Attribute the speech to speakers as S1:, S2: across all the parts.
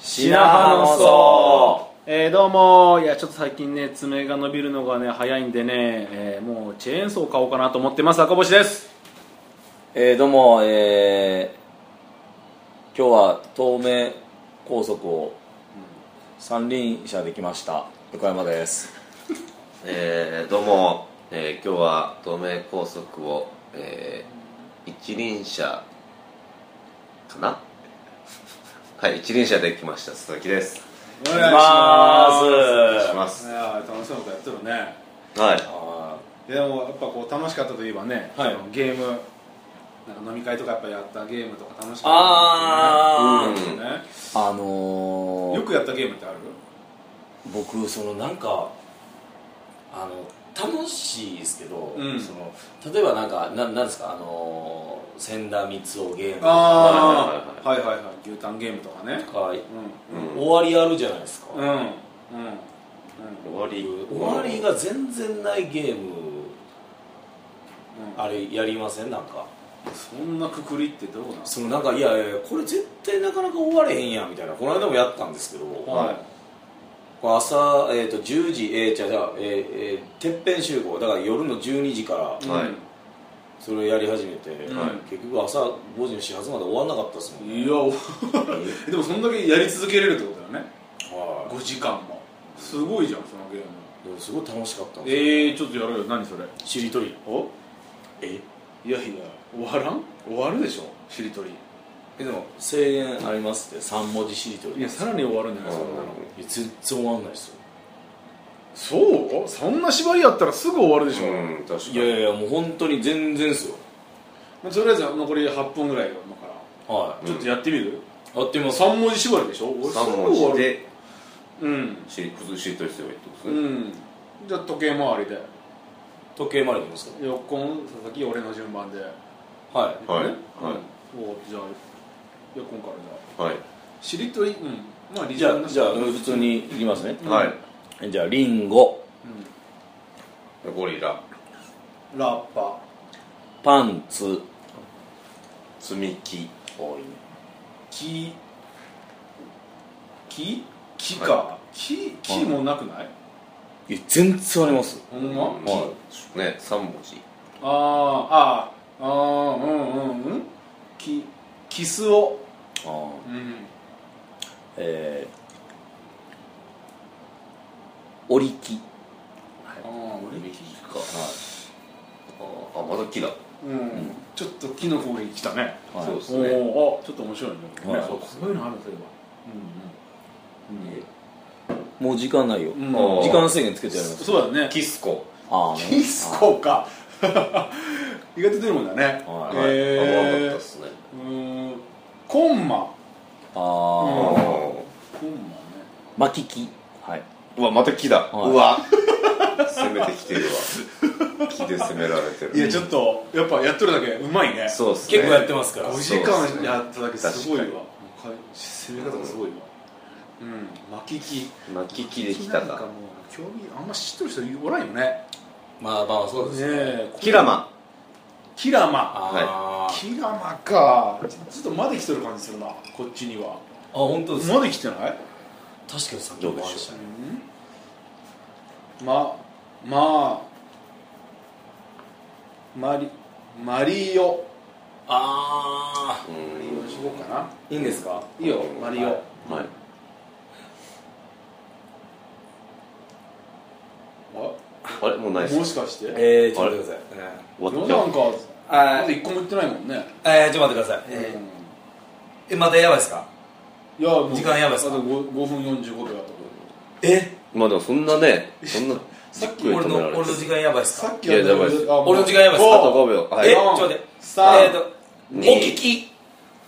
S1: 白羽の
S2: 層
S1: えーどうもいやちょっと最近ね爪が伸びるのがね早いんでね、えーもうチェーンソー買おうかなと思ってます赤星です
S2: えー、どうも、えー、今日は東名高速を三輪車で来ました横山です
S3: えー、どうも、えー今日は東名高速を、えー一輪車か なはい一輪車で来ました鈴木です
S1: お
S2: 願いします
S3: お願いします
S1: いやー楽しそうなことやってるね
S3: はい
S2: あ
S1: いやでもやっぱこう楽しかったといえばね、
S2: はい
S1: あのゲームなんか飲み会とかやっぱやったゲームとか楽しかった
S2: あ
S1: です
S3: ー
S1: よね
S2: あ
S1: う
S2: の
S1: ん
S2: ー
S1: よくやったゲームってある
S2: 僕そのなんかあの楽しいですけど、
S1: うん
S2: その例えばなんかななんですかあのー千田光雄ゲームとか
S1: ああはいはいはい牛タンゲームとかね
S2: はい
S1: うん
S3: うん
S2: 終わりあるじゃないですか、
S1: うんうんうん
S3: 終わり
S2: 終わりが全然ないゲームあれやりませんなんか
S1: そんなくくりってどうなの
S2: そのなんかいやいやいやこれ絶対なかなか終われへんやんみたいなこの間もやったんですけど、
S1: はい
S2: これ朝、えー、と10時えー、じゃあじゃあ、えーえーてっぺん集合だから夜の12時から
S3: んはい
S2: それをやり始めて、
S1: ん
S2: 結局朝5時の始発まで終わんなかったですもんね
S1: いや おでもそんだけやり続けれるってことだよね
S2: はい
S1: 5時間もすごいじゃんそのゲーム
S2: でもすごい楽しかったんですよ
S1: えー、ちょっとやろうよ何それ
S2: しりとり
S1: お
S2: え
S1: いやいや終わらん終わるでしょしりとり
S2: えでも1000円ありますって3文字しりとり
S1: いやさらに終わるんじゃないそんなの
S2: いや全然終わんないですよ
S1: そうそんな縛りやったらすぐ終わるでしょ、
S3: うん確か
S2: い
S3: に
S2: やいやいやもう本当に全然ですよ
S1: まあとりあえず残り8分ぐらいよ今から、
S2: は
S1: ちょっとやってみる
S2: いやってみます
S1: 3文字縛りでしょ俺すぐ
S3: 3
S1: 終わ
S3: 文字
S1: る
S3: で
S1: うん
S3: しり崩しりとりすればいいってこと
S1: う
S3: ですね、
S1: んじゃあ時計回りで
S2: 時計までいきますか
S1: 横尾佐々木俺の順番で
S2: はい
S3: はい
S1: ね
S3: はい
S1: うんおじゃあ横尾からじゃあ
S3: はい
S1: しりとりうんまあリ
S2: じゃあ
S1: なし
S2: じゃあ普通にいきますね、
S3: はい、
S2: じゃあリンゴ
S3: ゴリラ
S1: うんラッパ
S2: パンツ
S3: 積み木
S2: 多いね
S1: 木木木か、
S3: は
S1: 木木もなくない
S2: いや全然あります
S1: ほんま、
S3: 木ね3文字
S1: あーあーあーうんうんうん木キスを
S2: あー
S1: うん
S2: えー、折り木
S1: ああ俺
S3: 積み木かああまだ木だ
S1: うん、ちょっと木の攻撃来たね
S2: はい
S3: そうです
S1: お
S3: ね
S1: おあちょっと面白いねこれね
S2: はい
S1: そうすごいのあるそういえば
S2: もう時間ないよ、
S1: うんうん、うん
S3: おー
S2: 時間制限つけてやります
S1: そうだね
S3: キスコ
S2: ああ
S1: キスコか 意外と出るもんだね
S2: はい
S3: はい、
S1: へー
S3: あ分かったっすね
S1: うーんコンマ
S2: あ
S3: あ
S2: ー
S1: コンマね
S2: 巻き木はいう
S3: わまた木だ、
S2: はいう
S3: わ攻めてきてるわ木で攻められてる
S1: いやちょっとやっぱやっとるだけうまいね
S3: そうっすね
S2: 結構やってますから
S1: 5
S3: おい
S1: 時間やっただけすごいわ
S3: そうっすね確かに
S1: もうかい攻め方がすごいわうん巻き木
S3: 巻き木できた
S1: なんかも
S3: か
S1: う興味あんま知ってる人おらんよね
S2: まあまあそうですね
S1: ね
S3: キラマ
S1: キラマ
S2: あー、
S1: キラマかちょっとまで来てる感じするなこっちには
S2: あ本当ですか
S1: まで来てない
S2: 確かにさっき
S3: どう
S2: も
S3: でしょう
S2: 話したね
S1: うんままあマリマリオ
S2: あ
S3: うん
S1: マリオしようかな
S2: あいいんですか
S1: いいよマリオ、
S2: はい
S3: はいあれもうない
S1: あ
S3: っす
S1: もしかして
S2: えー、ちょっと待ってください、
S3: 終わ
S1: 世
S3: っ
S1: の
S3: ちゃ
S1: 中
S3: う
S2: あ
S1: まだ一個も言ってないもんね、
S2: えー、ちょっと待ってください、えーえまたやばいですか
S1: いやもう
S2: 時間やばいっす
S1: あ
S2: か
S1: と 5, 5分45秒だった
S2: え
S3: まあでもそんなね そんなじっくり
S2: 俺の
S3: 止められ
S2: 俺
S3: て
S2: の
S3: る
S2: 時間やばいっすか
S1: っ
S3: いややばいっす
S2: 俺の時間やばいっす
S3: あと5秒は
S2: え
S3: い
S2: ちょっと待って
S1: さ
S2: えーとお
S3: に
S2: 聞き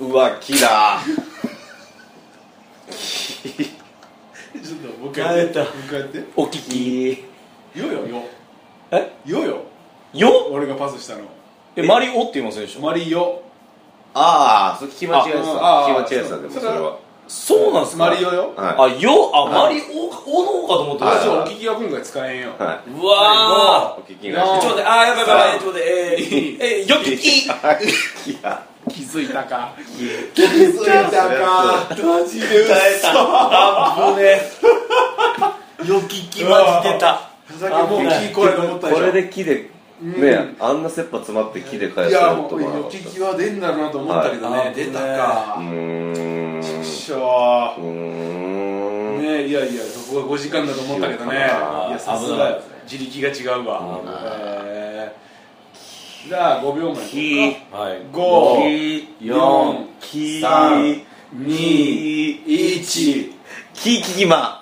S3: うわ木だ
S1: ちょっともう一回やって
S2: 帰
S1: も
S2: った
S1: う一回やって
S2: お聞き
S1: よよよ
S2: え
S1: よよ
S2: よ
S1: 俺がパスしたの
S2: えマリオって言いませんでしょ
S1: マリオ
S3: ああそれ聞き間違えてた
S1: あ
S3: 聞き間違えてた
S1: あ
S3: でも
S1: そ
S3: そ
S1: れ
S3: れは
S2: そうなんすか
S1: マリオよ
S3: は
S2: あよあマ
S3: はい
S2: リオおの方かと思って
S1: あ
S2: ま
S1: じ
S2: し
S1: ゃあ
S2: た
S1: お聞きは今回使えんよ
S3: いは
S2: うわ
S3: いお聞きなし
S2: ーちょっと待ってあーやばいやばいちょっと待ってえーえーよ聞き
S3: はい木だ
S1: 気づいたか
S3: 気づ
S1: 気づいたか
S4: マジで
S2: 歌えたあぶねよききまじてた
S1: ふざけもう聞こえと思ったでし
S3: こ
S1: ょ
S3: れで木で
S1: うん
S3: ねあんな切羽詰まって木で返
S1: い
S3: せる
S1: やも
S3: と
S1: う
S3: 思わな
S1: よ
S3: かっ
S1: ききは出んだろうなと思ったけどね、
S2: はい
S1: 出た
S3: たう
S1: か
S3: ーんう
S1: くしょ
S3: ー
S1: うんねいやいやそこが5時間だと思ったけどねい
S3: よ
S1: やさす
S2: 危な
S1: が
S2: かったね
S1: 自力が違うわへーじゃあ5秒前
S3: 木
S2: はい
S1: 5
S3: 四木
S1: 三2
S3: 木
S1: 1
S3: 木木きま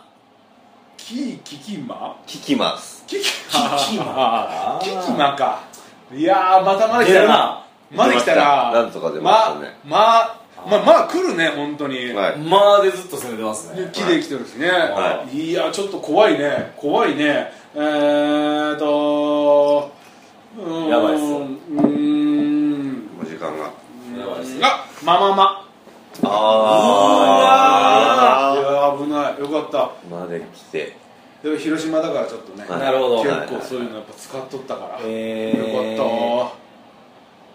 S1: キキキマ
S3: 木きます
S1: キキ
S2: キキ マ
S1: キキマかいやーまたまだ来
S2: 出
S1: た
S2: る
S1: な
S2: な
S1: まだ来たな
S3: なんとか出ましたね
S1: ままままあ来るね本当に
S3: はい
S2: まあでずっと攻めてます
S1: で
S2: ね
S1: 木できてるしね、、
S3: はい
S1: やちょっと怖いね怖いねえーっとうーん
S2: やばいっすよ
S1: うーん
S3: お時間が
S2: やばいっすよ
S1: あまあまあま
S3: あ
S1: あいや危ないよかった
S3: ーまで来て
S1: でも広島だからちょっとね、
S3: はい
S2: なるほど
S1: 結構そういうのやっぱ使っとったから、
S2: えー
S1: よかっ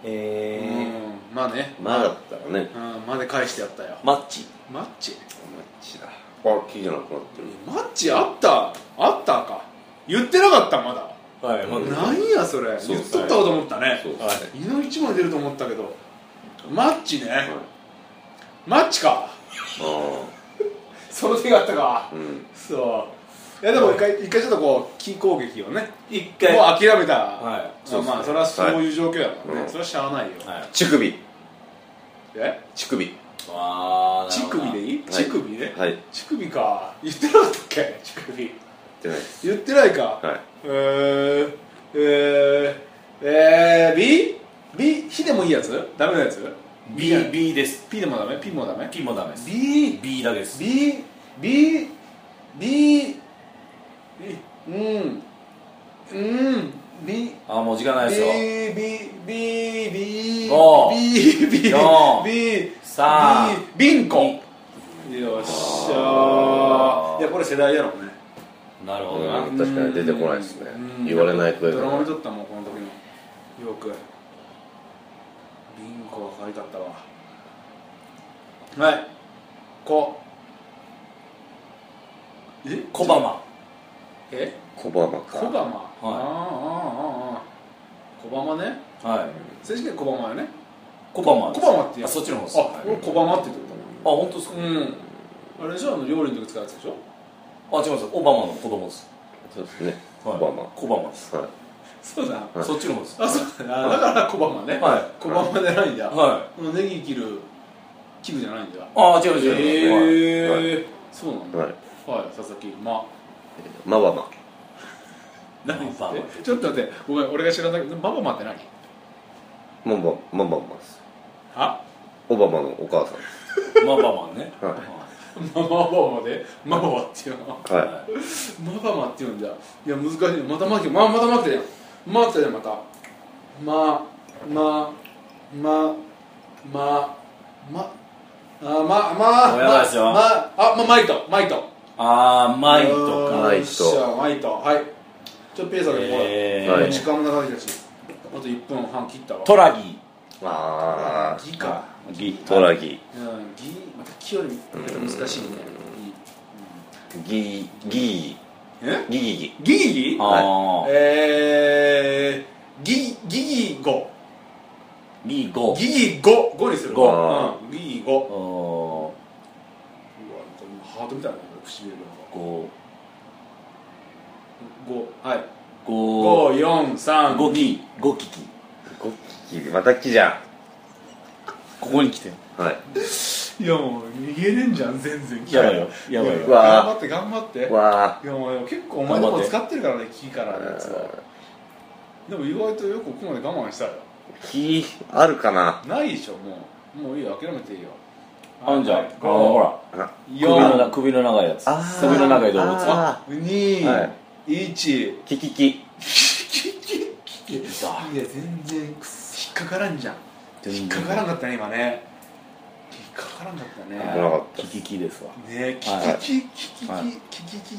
S1: た、
S2: えー
S1: うんまあね
S3: まだったらね
S1: うんまで返してやったよ
S2: マッチ
S1: マッチ
S3: マッチだあ木じゃなくなってる
S1: マッチあったあったか言ってなかったまだ
S2: はいまだ
S1: なんやそれ
S3: そう
S1: 言っとったかと思ったね
S3: そうで
S2: はい
S3: すね
S1: 胃の一枚出ると思ったけどマッチね、マッチか
S3: あ
S1: その手があったか
S3: あうん
S1: そういやでも一回一回ちょっとこうキー攻撃をね
S2: 一
S1: もう
S2: 回は
S1: 諦めた、
S2: い
S1: まあまあそれはそういう状況やからね、
S3: はい
S1: それはしゃあないよ、
S2: はい
S3: 乳首
S1: え
S3: 乳首
S2: わー
S1: 乳首でいい、
S3: い
S1: 乳首ね、
S3: はい言っ
S1: 乳首か言ってなかったっけ乳首
S3: てない
S1: 言ってないか、
S3: はい
S1: えー、えー、えー、B? B? 火でもいいやつダメなやつ
S2: B B です
S1: P でもダメ ?P もダメ
S2: P もダメです
S1: ?B?
S2: B だけです
S1: B? B? B? うん。うん。B?
S2: あーもう時間ないですよ
S1: B, B, B, B,
S2: 五
S1: B, B,
S2: 四
S1: B,
S2: 三
S1: B、ビンコ。よっしゃー。いや、これ世代やろうね。
S2: なるほどな
S3: うん確かに出てこないですね
S1: うん
S3: 言われないくらい
S1: ド
S3: だ
S1: ラ
S3: な
S1: マ見とったもんこの時のよくビンコは可愛かったわはいこえ
S2: コバマ
S1: え
S3: 小バマ
S1: コバ
S3: か
S1: マ、ああああああコバマね
S2: はい
S1: 正式にコバマよね
S2: コバマ
S1: コバマって
S2: あそっちの方です
S1: あ俺コバマって言って
S2: あ本当です
S1: たうんあれでしょあの料理の時使うやつでしょ
S2: かあ違いますオバマの子供です
S3: そうですね小
S2: はい
S3: バマ
S2: コバマです
S3: は
S1: そうだ
S3: はい
S2: そっちの方です
S1: あそうだなだからコバマね
S2: は
S1: コバマじゃないんだ
S2: は
S1: このネギ切る器具じゃないんだ
S2: いあ違う違う違うはい
S1: へ
S3: はい
S1: えそうなん
S3: い
S1: だ
S3: は
S1: はいい佐々木ま
S3: マバマ
S2: 何バマ
S1: えちょっと待ってごめん俺が知らないけどマママって何
S3: マママママです
S1: あ
S3: オバマのお母さんです
S2: まあバマね
S3: は
S1: ママママでマママっていうの
S3: いは
S1: マママっていうんじゃいや難しいねまたマーキーままたマーキーだよマーキーだよまたまままままあまま
S2: もうやばいっすよ
S1: まあまマイトマイト
S2: あーマイと
S1: う
S2: か
S1: ん
S3: マイト
S1: よっしゃマイトはいちょっとペース上げてもらう
S2: え
S3: は
S1: もう
S3: い
S1: 時
S2: ー
S1: 間も長いだしあと1分半切ったわ
S2: トラギ
S3: いあ
S1: ギか
S3: あギトラギ
S1: うんギまた木より難しいね
S3: ギギ
S1: ギえ
S3: ギギギ
S1: ギギギ
S2: あー
S1: えーギギギゴ
S2: リーゴ
S1: ギギゴゴにする
S2: ゴ
S1: うんギギゴうわ
S2: お
S1: なんか今ハートみたいなのが唇が
S2: ゴ
S1: ゴはい
S2: ゴ
S1: 五四三
S2: ゴキゴキキ
S3: ゴキキまたキじゃ
S2: ここに来て
S3: んはい
S1: いやもう逃げれんじゃん全然
S2: やばいよやばいよ
S3: うわ
S1: 頑張って頑張って
S3: わ
S1: いやもう結構お前のも使ってるからね木からのやつはでも意外とよくここまで我慢したよ
S3: あキあるかな
S1: ないでしょもうもういいよ諦めていいよ
S2: あんじゃんあ
S1: はい
S2: ーほら
S3: あ
S2: 首のな首の長いやつ
S3: あー
S2: 首の長い動物
S3: あは
S1: 421
S3: キキキ
S2: いた
S1: いや全然引っかからんじゃん引っ
S2: 全然
S1: かからんかったね今ね引っかからんかったね
S3: 危なかった
S2: キキキですわ
S1: ね
S2: はい
S1: キキキキキキキキキキキ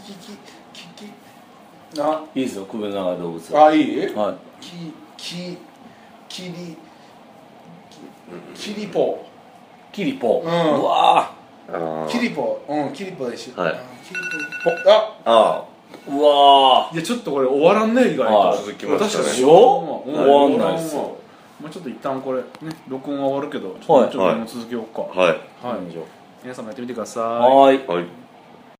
S1: キ
S2: は
S1: キキあ
S2: いいいですよ首の長い動物
S1: あいい
S2: はい
S1: きききりきキリポ
S2: キリポ、
S1: うん
S2: わ
S3: あのー
S1: キリポうんキリポでしょ
S3: はい
S1: キリポあ
S3: あ
S2: ーうわ
S1: いやちょっとこれ終わらんね意外
S2: は
S1: と
S2: い
S3: 続きましたね
S1: 確かに
S2: しょ
S1: 終わんわ
S2: 終わんないっすよ
S1: もうちょっと一旦これね録音は終わるけどち
S2: は
S1: ょ
S2: い
S1: っともう続けようか
S3: あはい
S2: ー
S1: はい皆さんもやってみてください
S2: はーい
S3: はい